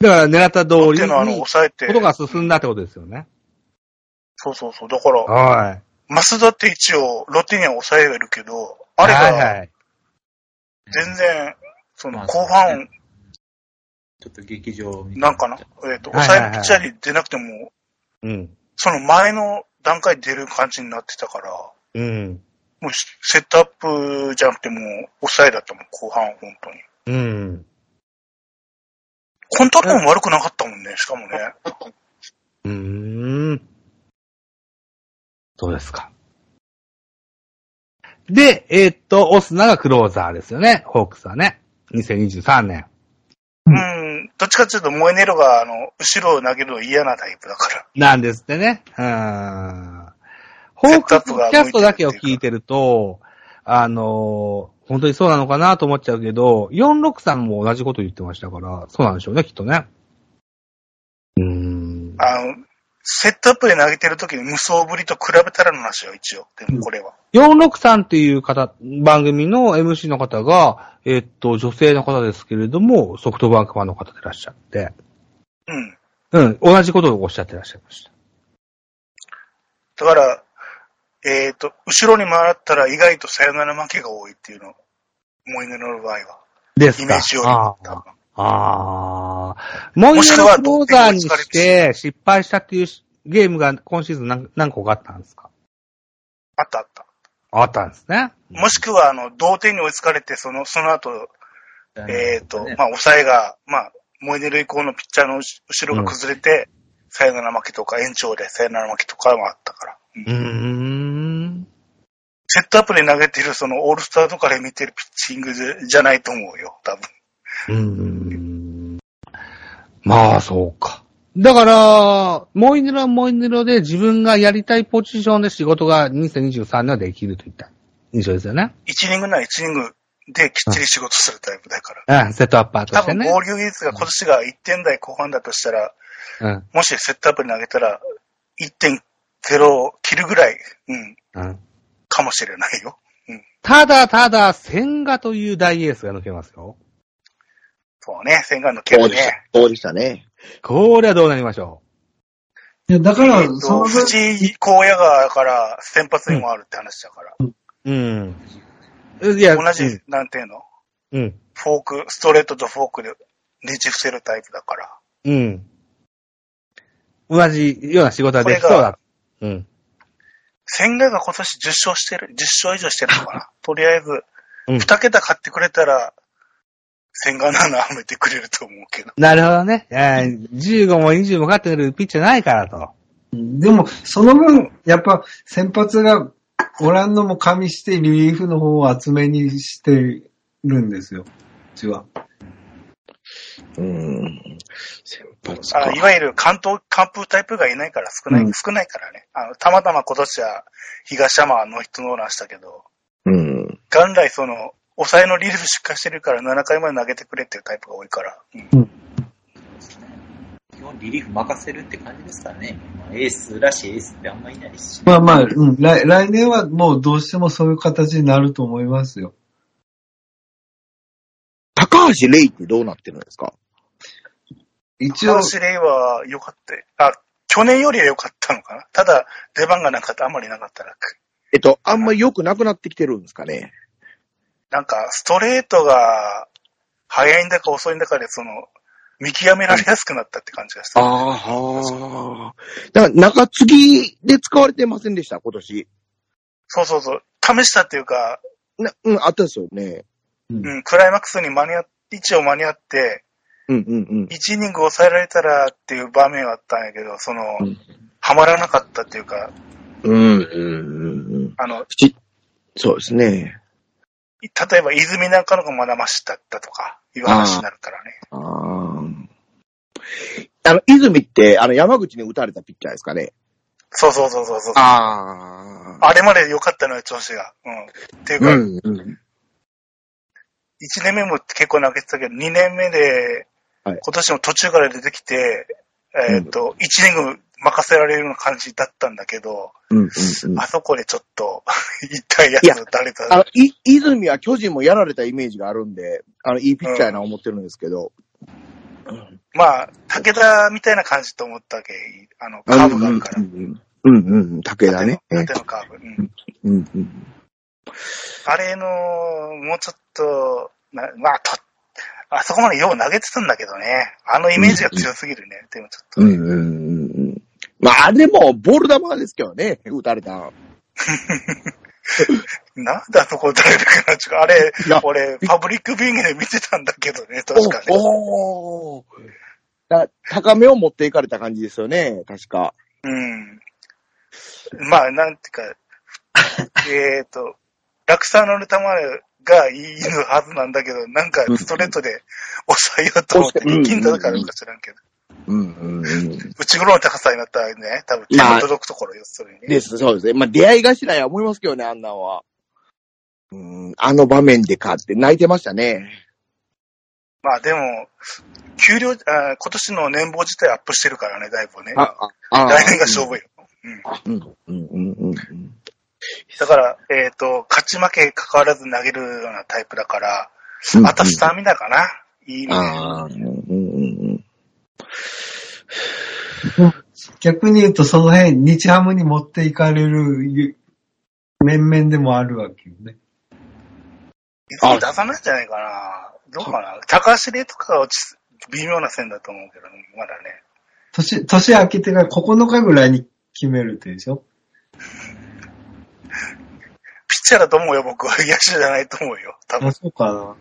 A: だから狙った
C: ロ
A: 通
C: ッ
A: り
C: テのあの、
A: に、こ
C: 抑えて。
A: とが進んだってことですよね。
C: そうそうそう。だから、
A: はい。
C: マスダって一応、ロッテには抑えがいるけど、あれ
A: はい
C: が、
A: はい。
C: 全然、その、
E: まあ
C: 後半、
E: ちょっと劇場みたい
C: なんかな、えっ、と、抑えのピッチャーに出なくても、
A: うん。
C: その前の段階で出る感じになってたから、
A: うん。
C: もうしセットアップじゃなくてもう抑えだったもん、後半、本当
A: う
C: に。
A: ん。
C: コントロールも悪くなかったもんね、しかもね。
A: うーん。そうですか。で、えーっと、オスナがクローザーですよね。ホークスはね。2023年。
C: うん、どっちかっていうと、モエネロが、あの、後ろを投げるの嫌なタイプだから。
A: なんですってね。うーん。ホークスキャストだけを聞いてると、あのー本当にそうなのかなと思っちゃうけど、463も同じこと言ってましたから、そうなんでしょうね、きっとね。うーん。
C: あの、セットアップで投げてる時に無双ぶりと比べたらの話よ、一応。でもこれは。
A: 463っていう方、番組の MC の方が、えっと、女性の方ですけれども、ソフトバンクファンの方でいらっしゃって、
C: うん。
A: うん、同じことをおっしゃってらっしゃいました。
C: だから、えっ、と、後ろに回ったら意外とサヨナラ負けが多いっていうの、モエネロの場合は。
A: ですか
C: イメージより
A: あ
C: も
A: ー。
C: 多分
A: ああ。モイ
C: も
A: ネ
C: しく
A: ロ
C: は
A: クローザーにして失敗したっていうゲームが今シーズン何何個かあったんですか
C: あったあった。
A: あったんですね。
C: もしくは、あの、同点に追いつかれて、その、その後、えっ、と、
E: ね
C: まあ、抑えが、まあ、モエネル以降のピッチャーの後後ろが崩れて、サヨナラ負けとか、延長でサヨナラ負けとかもあったから。
A: う
C: うん
A: ーん。
C: セットアップで投げてる、その、オールスターとかで見てるピッチングじゃじゃないと思うよ、多分。
A: うーん。まあ、そうか。だから、モイネロはモイネロで自分がやりたいポジションで仕事が2023年はできるといった印象ですよね。
C: 1イニングなら1イニングできっちり仕事するタイプだから。
A: うん、セットアッパーと
C: 多
A: して
C: 分、
A: ね。
C: 合流技術が今年が1点台後半だとしたら、
A: うん、
C: もしセットアップで投げたら、1.0を切るぐらい、うん、
A: うん。
C: かもしれないよ。
A: ただただ、千賀という大エースが抜けますよ。
C: そうね、洗顔の件
B: そう
C: ね
B: で。した。そうでしたね。
A: これはどうなりましょ
D: いや、だか
C: え
D: ら
C: っ、
D: そ
C: と、
D: の分、
C: 藤井荒野が、だから、先発にもあるって話だから。
A: う。うん。いや、
C: 同じ、
A: うん
C: なんていうの
A: うん。
C: フォーク、ストレートとフォークでねじ伏せるタイプだから。
A: うん。同じような仕事ができそうだ。うん。
C: 千賀が今年10勝してる、10勝以上してるのか なとりあえず、
A: うん
C: 2桁買ってくれたら、千賀なのはめてくれると思うけど。
A: なるほどね。えー15も20も勝ってくれるピッチャーないからと。
D: でも、その分、やっぱ先発がオランダも加味してリリーフの方を厚めにしてるんですよ。うちは。
B: うん。先発
C: あ
B: か
C: の。いわゆる関東、関風タイプがいないから少ない、
D: うん
C: 少ないからね。あの、たまたま今年は東山はノーヒットノーランしたけど、
B: うん。
C: 元来その、抑えのリリーフしっかりしてるから7回まで投げてくれっていうタイプが多いから。うん
E: 基本リリーフ任せるって感じですからね。まあ、エースらしいエースってあんまいないし。
D: まあまあ、うん、来来年はもうどうしてもそういう形になると思いますよ。
B: 高橋レイってどうなってるんですか
D: 一応
C: 高、橋レイは良かった。あ、去年よりは良かったのかな。ただ、出番がなかった、あんまりなかったら。
B: えっと、あんまり良くなくなってきてるんですかね。
C: なんか、ストレートが、速いんだか遅いんだかで、その、見極められやすくなったって感じがした。
B: ああ。だから中継ぎで使われてませんでした、今年。
C: そうそうそう。試したっていうか、
B: なうん、あったですよね。
C: うん、クライマックスに間に合っ位置を間に合って、
B: うんうんうん。
C: 1イニング抑えられたらっていう場面はあったんやけど、その
B: うん、
C: はまらなかったっていうか、
B: うんうんうん。
C: あの、
B: そうですね。
C: 例えば泉なんかの方がまだマシだったとか、いう話になるからね。
B: ああ。あの、泉って、あの、山口に打たれたピッチャーですかね。
C: そうそうそうそうそう。あ
B: あ。
C: れまで良かったのよ、調子が。うん。っていう
B: う
C: か、
B: んうん。
C: 1年目も結構投げてたけど、2年目で、
B: は
C: 今
B: い
C: 年の途中から出てきて、えっ、と、1年後任せられるような感じだったんだけど、
B: うんうんうん
C: あそこでちょっと、 痛いやつ
B: いや
C: 誰だ
B: あの、い、泉は巨人もやられたイメージがあるんで、あの、いいピッチャーやな思ってるんですけど。
C: まあ、武田みたいな感じと思ったわけあの、カーブがあるから。
B: うんうんうんうんうん。武田ね。
C: 縦のカーブ。うん
B: うんうん。
C: あれの、もうちょっと、なまあ、と、あそこまでよう投げてたんだけどね。あのイメージが強すぎるね。でもちょっと
B: う
C: ね、
B: んうんうんうん。まあ、あれもボール球ですけどね、打たれた。
C: なんだそこ誰だかな、ちょっとあれ
B: いや、
C: 俺、パブリックビューイングで見てたんだけどね、確かに。
B: おおーだ高めを持っていかれた感じですよね、確か。
C: うん。まあ、なんていうか、 えっと、落差のる球がいいはずなんだけど、なんかストレートで抑えようと思って
B: うん
C: 力んだからか知らんけど、
B: うんうんうん。
C: 内頃の高さになったらね、多分手
B: まあ
C: の届くところよ、それにね。
B: です、そうですね。まあ、出会い頭や思いますけどね、あんなんは。うん、あの場面でかって泣いてましたね。
C: まあでも、給料、あー今年の年俸自体アップしてるからね、だいぶね。来
B: あ、あ
C: 年が勝負よ。うん。
B: うん、うん、うん、うん。
C: だから、えっ、と、勝ち負け関わらず投げるようなタイプだから、あとスタミナかな。いい意味で。
B: ああ、うん、うん、うん。
D: 逆に言うと、その辺、日ハムに持っていかれるゆ面々でもあるわけよね。
C: 出さないんじゃないかな。どうかな。高橋礼とかは落ち微妙な線だと思うけど、まだね。
D: 年、年明けてから9日ぐらいに決めるってでしょ
C: ピッチャーだと思うよ、僕は。野 手じゃないと思うよ。多分
D: あ、。そうかな。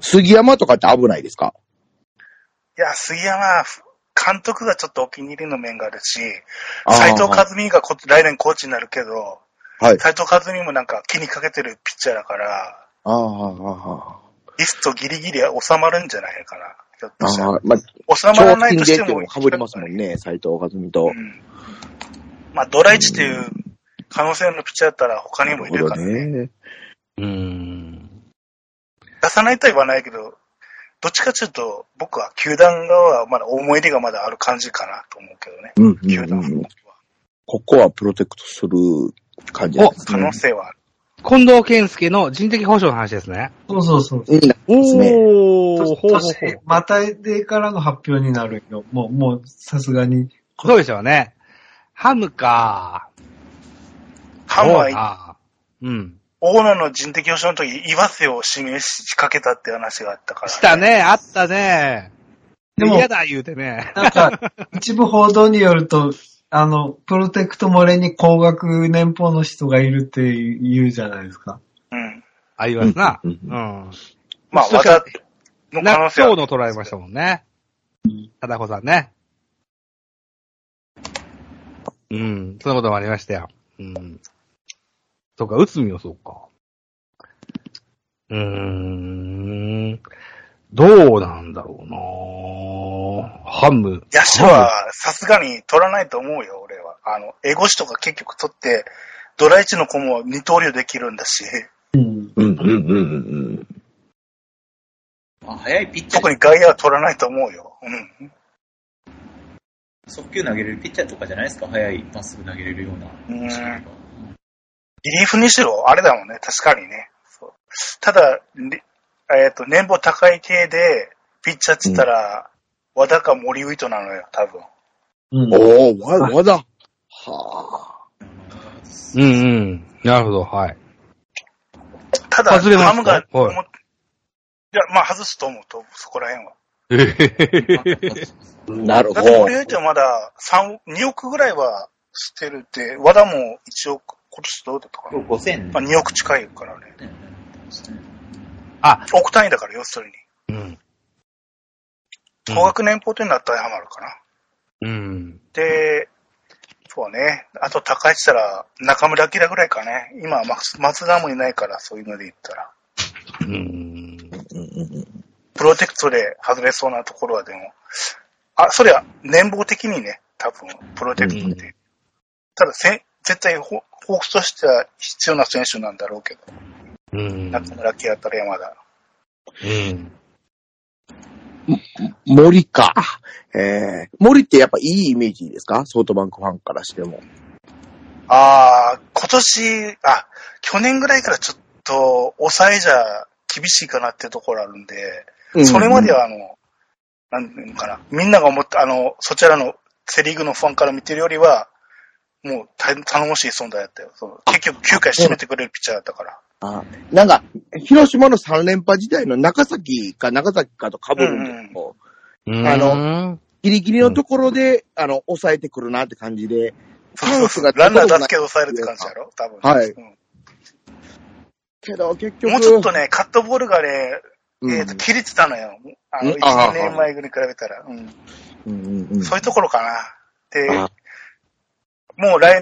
B: 杉山とかって危ないですか
C: いや、杉山、監督がちょっとお気に入りの面があるし、斎藤和美がこ来年コーチになるけど、
B: はい
C: 斎藤和美もなんか気にかけてるピッチャーだから、
B: ああ、あ
C: リストギリギリ収まるんじゃないかな。ひょっとしたら
B: あ、まあ、
C: 収まら
B: 長
C: ない
B: 金
C: と
B: で
C: し
B: ってて
C: も
B: も。被りますもんね、斎藤和美と
C: う。ん。まあ、ドライチっていう可能性のピッチャーだったら他にもいるからね。
B: ね。
A: うーん。
C: 出さないとは言わないけど、どっちかというと、僕は球団側はまだ思い出がまだある感じかなと思うけどね。
B: うん、
C: 球団
B: う
C: は
B: ん。ここはプロテクトする感じです
C: 可能性はある。
A: 近藤健介の人的保障の話ですね。
D: そうそうそう。
B: うん、ですね。
A: おー、ほうほうほう。
D: 年、またいでからの発表になるよ。もう、もう、さすがに。
A: そうでしょうね。ハムか。
C: ハムは
A: はうん。
C: オーナーの人的保障の時、岩瀬を指名しかけたって話があったから、
A: した。ね、あったね。
D: でも
A: 嫌だ言うてね。
D: なんか、 一部報道によると、あの、プロテクト漏れに高額年俸の人がいるって言うじゃないですか。
C: うん。
A: ありますな。
B: う
A: うんん。
C: まあ、
A: そ
C: わ
A: うか
C: ざの可能性は
A: 今日の捉えましたもんね。ただこさんね。うん、そんなこともありましたよ。うん。そうか、うつみよ、そうか。うーん。どうなんだろうなハム。
C: 野手はさすがに取らないと思うよ、俺は。あの、エゴシとか結局取って、ドライチの子も二刀流できるんだし、
D: うん。
B: うん、うん、うん、
E: まあ、早いピッチャ
C: 特
E: ー、
C: に外野は取らないと思うよ。うん。
E: 速球投げれるピッチャーとかじゃないですか、早い、まっすぐ投げれるような。
C: うん
E: 種類が
C: リリーフにしろ、あれだもんね、確かにね。そうただ、りえっ、と、年俸高い系で、ピッチャーって言ったら、和田か森ウイトなのよ、多分。
D: うん
B: うん。おお、わ、わだ。は
A: うんうん。なるほど、はい。
C: ただ、
A: 外れます
C: ハムが、
A: はい
C: もいや、まあ外すと思うと、そこら辺は。
A: えへへへ
B: あ。なる
C: だ
B: ほ
C: っ
B: ど
C: て。森ウイトはまだ3、2億ぐらいはしてるって、和田も1億、今年どうだったかな。
E: これ5000、
C: まあ2億近いからね。
E: ね
A: あ、
C: 億単位だから、要するに。
A: うん。
C: 高額年俸というのは当てはまるかな。
A: うん。
C: で、そうね。あと高いって言ったら、中村明ぐらいかね。今は松、松田もいないから、そういうので言ったら。
A: うん。
B: うんうんうん
C: プロテクトで外れそうなところはでも、あ、それは年俸的にね、多分、プロテクトって。ただせん、絶対ホ、ホークスとしては必要な選手なんだろうけど、
A: うん。
C: 中村明あたりはまだ。
A: うん。
B: 森か。えー、森ってやっぱいいイメージですかソフトバンクファンからしても。
C: ああ、今年、あ、去年ぐらいからちょっと、抑えじゃ厳しいかなっていうところあるんで、それまでは、あの、なんていうのかな、みんなが思った、あの、そちらのセリーグのファンから見てるよりは、もうた頼もしい存在だったよ。そう結局9回締めてくれるピッチャーだったから。
B: あなんか、広島の3連覇時代の中崎か中崎かと被るんですけど、
A: うん
B: あの、ギリギリのところで、あの、抑えてくるなって感じで、
C: そうそうそう。ランナー出すけど抑えるって感じだろ多分。
B: はい
C: うん
B: けど、結局。
C: もうちょっとね、カットボールがね、
B: うん、
C: えっと、切れてたのよ。あの、
B: うん
C: 1、
B: あ
C: 2
B: ー
C: 年前ぐらいに比べたら。うん。
B: うんうんうん
C: そういうところかな。で、
B: あ
C: もう来、え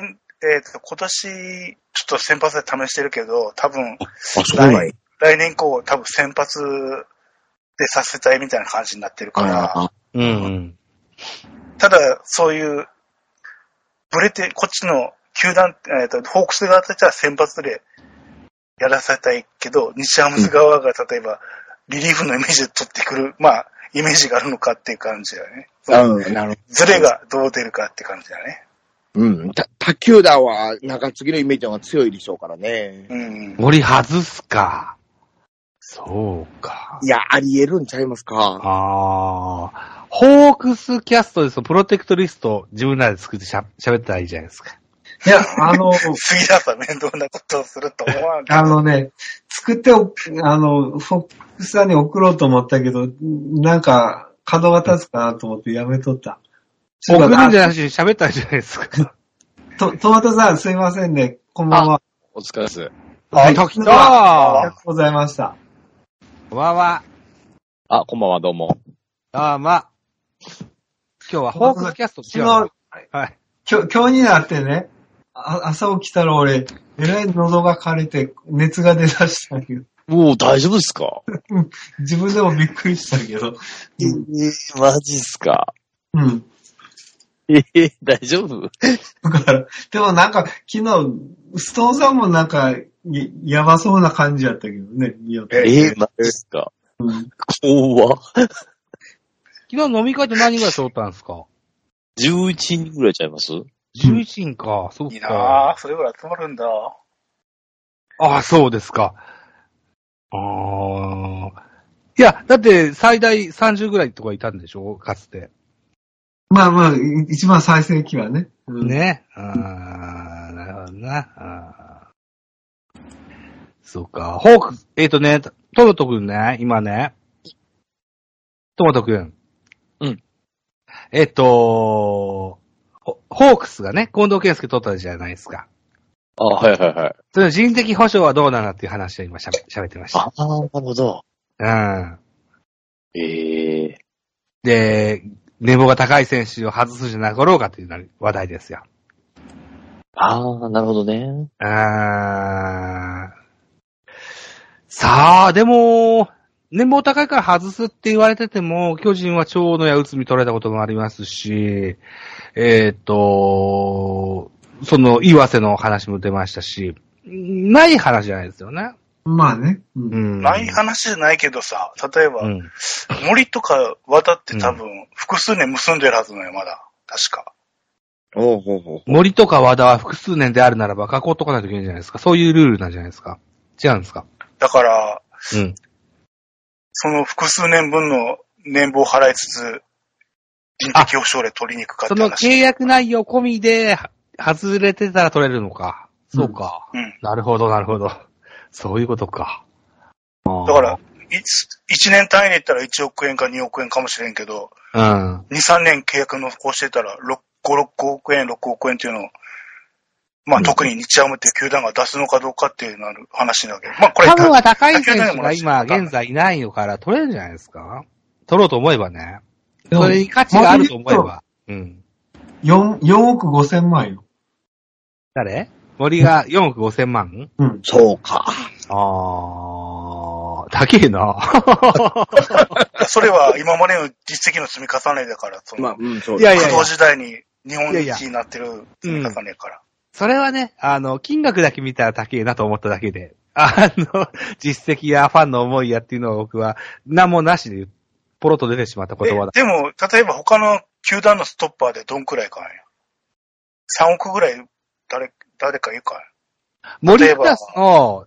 C: っ、と、今年、ちょっと先発で試してるけど、多分、
B: あ、そうなんや。
C: 来年以降、多分先発でさせたいみたいな感じになってるから、
B: ああ
A: うんうん。
C: ただ、そういう、ブレて、こっちの球団、えっ、と、ホークス側としては先発でやらせたいけど、西ハムス側が例えば、リリーフのイメージで取ってくる、まあ、イメージがあるのかっていう感じだよね。
B: あ、うん、なるほど。
C: ズレがどう出るかって感じだね。
B: うん。た他球団は中継ぎのイメージの方が強いでしょうからね。
C: うん。
A: 森外すか。そうか。
B: いや、あり得るんちゃいますか。
A: ああ。ホークスキャストでそのプロテクトリスト自分らで作ってしゃ喋ったらいいじゃないですか。
D: いや、あの、
C: 杉田さん面倒なことをすると思わんけど
D: あのね、作ってお、あの、フォックスさんに送ろうと思ったけど、なんか、角が立つかなと思ってやめとった。ちょっ
A: 送
D: と
A: るんじゃなくて喋ったらいいじゃないですか。
D: と、トマトさんすいませんね。こんばんは。
F: お疲れです。
D: は
A: あ、
D: い
A: たきた
D: あり
A: わ
D: がとうございました。
A: わ。
F: あ、こんばんは、どうも。
A: あーま。今日はホークスキャスト違うな。はい。
D: 今日、今日になってね、あ朝起きたら俺、えらい喉が枯れて、熱が出だしたけど、
F: もう大丈夫ですか
D: 自分でもびっくりしたけど、
F: えマジっすか
D: うん。
F: ええ大丈夫
D: だから、でもなんか、昨日、ストーンさんもなんか、ややばそうな感じやったけどね、見よって。
F: ええマジっすか
D: うん
F: 怖っ
A: 昨日飲み会って何人ぐらい揃ったんですか
F: ?11 人ぐらいちゃいます
A: ?11 人か。そう
C: いい
A: か。
C: なぁ、それぐらい集まるんだ。
A: ああ、そうですか。ああ。いや、だって最大30ぐらいとかいたんでしょかつて。
D: まあまあ、い一番最盛期はね。うん
A: ね。ああ、なるほどな。あーそうか。ホークス、えっ、とね、トマトくんね、今ね。トマトくん。
F: うん。
A: えっ、とホホークスがね、近藤健介取ったじゃないですか。
F: あ、はいはいはい。
A: その人的保障はどうなのっていう話を今しゃべ喋ってました。
F: あ、なるほど。
A: うん。
F: ええ
A: で、寝坊が高い選手を外すんじゃなかろうかというな話題ですよ。
F: ああ、なるほどね。
A: うーんさあ、でも、年俸高いから外すって言われてても、巨人は長野や内海取られたこともありますし、えーっ、と、その、岩瀬の話も出ましたし、ない話じゃないですよね。
D: まあね。うん
A: うん。
C: ない話じゃないけどさ、例えば、
A: うん。
C: 森とか渡って多分、複数年結んでるはずなのよ、まだ。確か。
B: おうほうほう。
A: 森とか和田は複数年であるならば、囲っとかないといけないじゃないですか。そういうルールなんじゃないですか。違うんですか。
C: だから、
A: うん。
C: その複数年分の年俸を払いつつ、人的保障で取りに行くかっ
A: そ
C: て
A: の
C: 話。
A: 契約内容込みで、は外れてたら取れるのか。そうか。
C: うん
A: なるほど、なるほど。そういうことか。だ
C: だから、1年単位で言ったら1億円か2億円かもしれんけど、
A: ら、
C: 2、3年契約のこうしてたら、6 5、6億円、6億円っていうのを、まあ、特に日ハムっていう球団が出すのかどうかっていうなる話だけど、まあ、こ
A: うん。
C: れ、
A: ハムは高い
C: 先ほ
A: 選
C: ど
A: 手
C: も
A: が
C: 話し
A: 今
C: た
A: 現在いないのから取れるんじゃないですか取ろうと思えばね。
D: でも
A: それに価値があると思えば。うん。
D: 4、4億5千万よ。
A: 誰森が4億5千万
D: うん。
B: そうか。
A: あー、高えな。
C: それは今までの実績の積み重ねだから、その、
B: まあ、うん、そう
A: いやい
C: 工
A: やいや
C: 藤。時代に日本
A: いやいや
C: 一になってる積み重ねやから。
A: それはね、あの、金額だけ見たら高えなと思っただけで、あの、 実績やファンの思いやっていうのを僕は、何もなしで、ポロッと出てしまった言葉だ。
C: ででも、例えば他の球団のストッパーでどんくらいかんや。3億ぐらい、誰、誰か言うかんや。
A: 森
C: 例えば
A: 下さんの、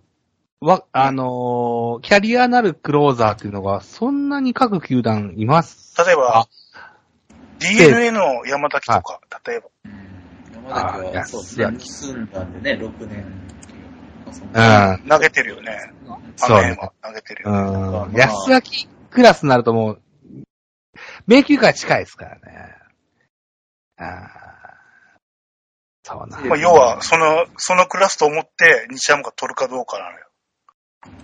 A: わ、あのーキャリアなるクローザーっていうのが、そんなに各球団います。
C: 例えば
A: あ、
C: DNA の山崎とか、例えば。
E: うん山
A: あー
E: 崎
A: いや
E: は、そうです
A: いや
E: ね、結んだんでね、6年。
A: うん
C: 投げてるよね。あ
A: そ
C: の
A: う
C: 辺
A: ね。
C: は投げてる
A: う
C: よね。
A: ん。
E: まあ
A: 安崎クラスになるともう、迷宮が近いですからね。あーそうな。
C: まあ、要は、その、そのクラスと思って、西山が取るかどうかなのよ。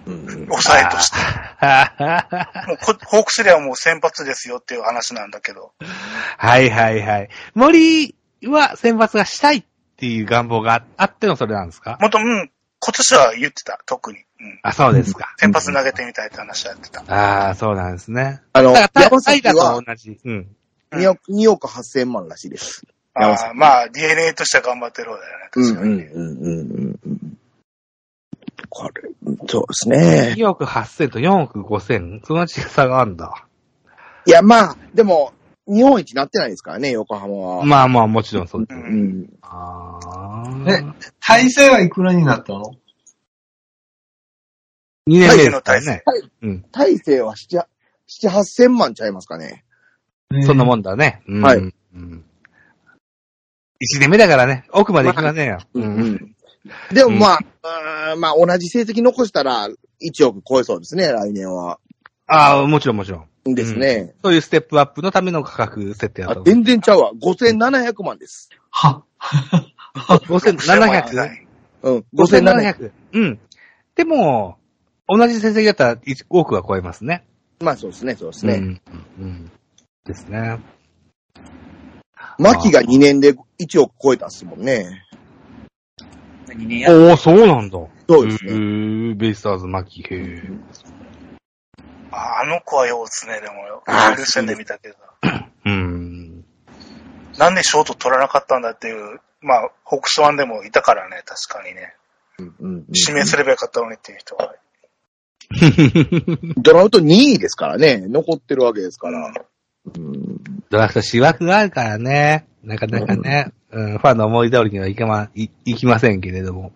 B: うん。
C: 抑えとし て。
A: は
C: もうこホークスレはもう先発ですよっていう話なんだけど。
A: いはいはい。森は選抜がしたいっていう願望があってのそれなんですか
C: もっと、うん、今年は言ってた、特に。うん。
A: あ、そうですか。
C: 先発投げてみたいって話はやってた。
A: ああ、そうなんですね。
B: あの、
A: だから、
B: 山
A: タイ
B: 崎
A: ガー
B: は
A: と同じ。うん。
B: 2億 ,2 億8千万らしいです。山
C: ああまあ、DNA としては頑張ってる方だよね。
B: うん
C: 確かに。
B: うんうんうんうん。これ、そうですね。
A: 2億8000と4億5000。その違い差があるんだ。
B: いや、まあ、でも、日本一なってないですからね、横浜は。
A: まあまあ、もちろんそうです。
C: う
B: うんん。
A: あ
D: え
A: あ。
D: 体制はいくらになったの
A: 2年目で
C: 大勢の
A: すか
C: 大
A: ら
C: 勢
A: ね。うん。
B: 大勢は7、7、8千万ちゃいますかね。
A: そんなもんだね。うん
B: はい
A: うん1年目だからね。奥まで行きませんよ。うん。
B: ん。でもまあ、うーんまあ同じ成績残したら1億超えそうですね、来年は。
A: ああ、もちろんもちろん。
B: ですね。
A: そういうステップアップのための価格設定だと
B: あ
A: 思う。
B: 全然ちゃうわ。5700万です。
D: は、
C: 5700
A: 5700?
B: うん。5700。
A: 5700。うん。でも、同じ成績だったら1億は超えますね。
B: まあそうですね、そうです
A: う
B: ね。
A: ん。うん。ですね。
B: 牧が2年で1億超えたっすもんね。
E: 2年やっ
A: おおそうなんだ。
B: そうですね。
A: ね。ベイスターズ、マキ、へえ。
C: ああの子はよう打つね、でもよ。
B: ああ
C: ルーセンで見たけど。
A: うん。
C: なんでショート取らなかったんだっていう、まあ、ホークスワンでもいたからね、確かにね。
B: うんうん
C: 指名すればよかったのにっていう人 は。
B: ドラフト2位ですからね。残ってるわけですから。うん
A: ドラフト私枠があるからね。なかなかね、うん、ファンの思い通りにはいけま、い、いきませんけれども。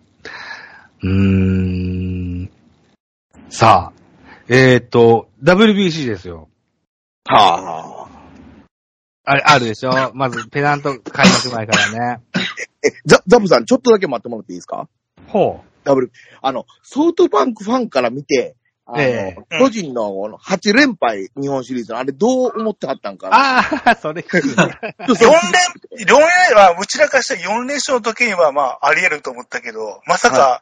A: うーん。さあ、えっ、ー、と、WBC ですよ。
B: はあ。
A: あれ、あるでしょまず、ペナント開幕前からね。
B: え、ザ、ザブさん、ちょっとだけ待ってもらっていいですか
A: ほう。
B: ダブル、あの、ソフトバンクファンから見て、あの、
A: え
B: 巨人のこの8連敗日本シリーズのあれどう思ってはったんかな。
A: ああ、それ聞くね、
B: 4
C: 4連、4連、まあ、うちらからしたら4連勝の時にはまあ、あり得ると思ったけど、まさか、